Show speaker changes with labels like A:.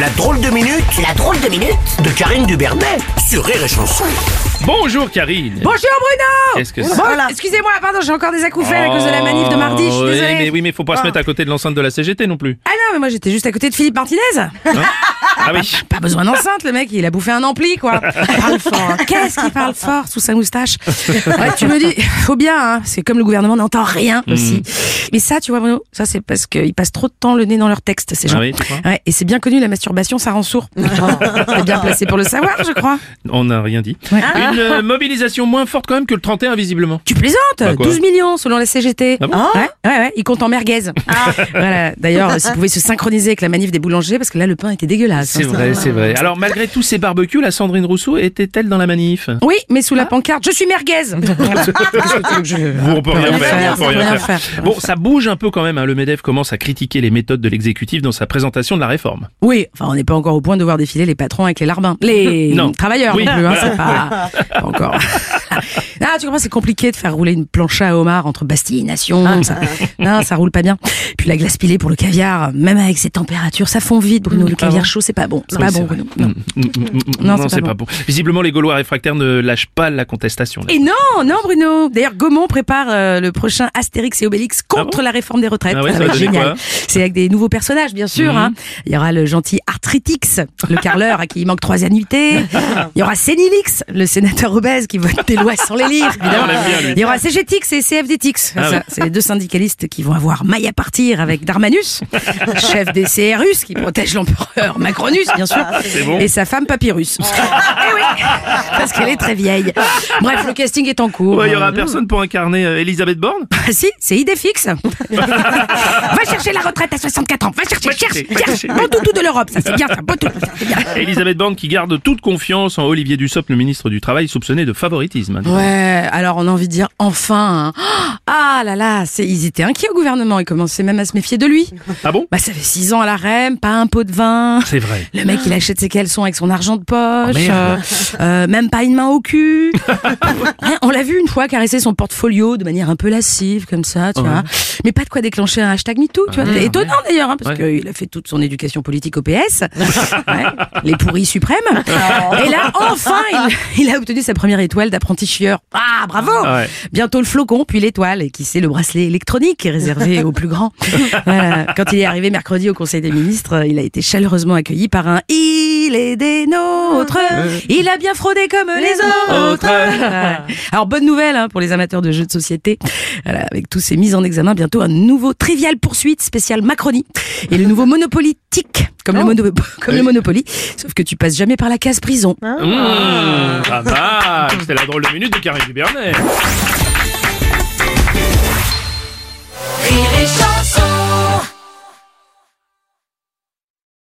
A: La drôle de minute
B: La drôle de minute
A: de Karine Dubernet sur Rire et Chanson.
C: Bonjour Karine.
D: Bonjour Bruno
C: Qu'est-ce que c'est
D: Bon, Excusez-moi, pardon, j'ai encore des acouphènes à cause de la manif de mardi, je suis
C: Oh, oui,
D: désolée.
C: mais oui, mais faut pas se mettre à côté de l'enceinte de la CGT non plus.
D: Ah non, mais moi j'étais juste à côté de Philippe Martinez.
C: Ah oui.
D: Pas besoin d'enceinte, le mec, il a bouffé un ampli, quoi. Il parle fort. hein. Qu'est-ce qu'il parle fort sous sa moustache Ouais, tu me dis, faut bien, hein, c'est comme le gouvernement n'entend rien
C: Hmm.
D: aussi. Mais ça, tu vois, Bruno, ça c'est parce qu'ils passent trop de temps le nez dans leur texte, ces gens.
C: Ah oui, tu crois
D: Ouais, et c'est bien connu, la masturbation, ça rend sourd. T'es bien placé pour le savoir, je crois.
C: On n'a rien dit.
D: Ah.
C: Une euh, mobilisation moins forte quand même que le 31 visiblement.
D: Tu plaisantes
C: Bah, quoi
D: 12 millions selon la CGT.
C: Ah bon
D: ouais, ouais, ouais, ils comptent en merguez. Voilà. D'ailleurs, euh, si vous pouvez se synchroniser avec la manif des boulangers, parce que là, le pain était dégueulasse.
C: C'est
D: hein.
C: vrai, c'est vrai. Alors malgré tous ces barbecues, la Sandrine Rousseau était-elle dans la manif
D: Oui, mais sous la pancarte, je suis merguez. Qu'est-ce que tu veux que je-
C: Vous, on peut rien
D: rien
C: faire,
D: faire,
C: on peut
D: on peut
C: rien
D: rien
C: faire.
D: faire.
C: Bon, ça bouge un peu quand même. hein. Le Medef commence à critiquer les méthodes de l'exécutif dans sa présentation de la réforme.
D: Oui, enfin, on n'est pas encore au point de voir défiler les patrons avec les larbins. Les
C: Non.
D: travailleurs
C: Oui,
D: non plus, hein, c'est pas, pas encore. ah, tu comprends, c'est compliqué de faire rouler une plancha à homard entre Bastille et Nation.
C: Ah.
D: ça, non, ça roule pas bien. Puis la glace pilée pour le caviar, même avec ces températures, ça fond vite,
C: Mm,
D: Bruno. Le caviar chaud, c'est pas bon. C'est
C: ah Oui,
D: pas
C: c'est
D: bon,
C: vrai.
D: Bruno. Non.
C: Mm, mm, mm, mm,
D: Non,
C: non, c'est pas, bon. Visiblement, les Gaulois réfractaires ne lâchent pas la contestation. là.
D: Et non, non, Bruno. D'ailleurs, Gaumont prépare euh, le prochain Astérix et Obélix contre
C: Ah bon
D: la réforme des retraites.
C: Ah ouais, ça
D: Ça
C: va
D: va être
C: donner
D: génial.
C: quoi Mhm.
D: C'est avec des nouveaux personnages, bien sûr. hein. Il y aura le gentil Arthritix, le carleur à qui il manque trois annuités. Il y aura Sénilix, le sénateur obèse qui vote des lois sans les lire. évidemment.
C: Ah, on l'aime bien, lui.
D: il y aura CGTix et CFDTix.
C: Ah
D: Ça,
C: ouais.
D: C'est les deux syndicalistes qui vont avoir maille à partir avec Darmanus, chef des CRUS qui protège l'empereur Macronus, bien sûr,
C: bon.
D: et sa femme Papyrus. Eh oui, parce qu'elle est très vieille. Bref, le casting est en cours.
C: Ouais, bah, Il y aura
D: Euh,
C: personne pour incarner euh, Elisabeth Borne
D: ah, si, c'est Idéfix. va chercher la retraite à 64 ans. Va chercher,
C: Va
D: cherche,
C: chercher, va
D: cherche.
C: chercher.
D: Bon toutou de l'Europe, ça c'est bien, ça. Bon toutou, ça, c'est bien.
C: Elisabeth Borne qui garde toute confiance en Olivier Dussopt, le ministre du Travail, soupçonné de favoritisme.
D: Ouais, alors on a envie de dire enfin. hein. Ah là là, c'est- ils étaient inquiets au gouvernement, ils commençaient même à se méfier de lui.
C: Ah bon
D: Bah ça fait 6 ans à la REM, pas un pot de vin.
C: C'est vrai.
D: Le mec, il achète ses caleçons avec son argent de
C: Oh,
D: poche,
C: merde.
D: euh, euh, même pas une main au cul. Hein, on l'a vu une fois caresser son portfolio de manière un peu lascive, comme ça, tu vois. Mais pas de quoi déclencher un hashtag MeToo, tu vois. C'est étonnant d'ailleurs, hein, parce qu'il a fait toute son éducation politique au PS, Ouais, les pourris suprêmes. Et là, enfin, il, il a obtenu sa première étoile d'apprenti chieur. Ah, bravo
C: Ouais.
D: Bientôt le flocon, puis l'étoile, et qui sait le bracelet électronique qui est réservé aux plus grands. Voilà. Quand il est arrivé mercredi au Conseil des ministres, il a été chaleureusement accueilli par un Il est des nôtres, il a bien fraudé comme les autres. Voilà. Alors bonne nouvelle hein, pour les amateurs de jeux de société, Voilà, avec tous ces mises en examen, bientôt un nouveau Trivial Poursuite spécial Macronie et le nouveau Monopoly Tic, comme, le, mono- comme le Monopoly, sauf que tu passes jamais par la case prison.
C: Ah bah, Mmh, pas mal. C'était la drôle de minute de Karine Dubernet.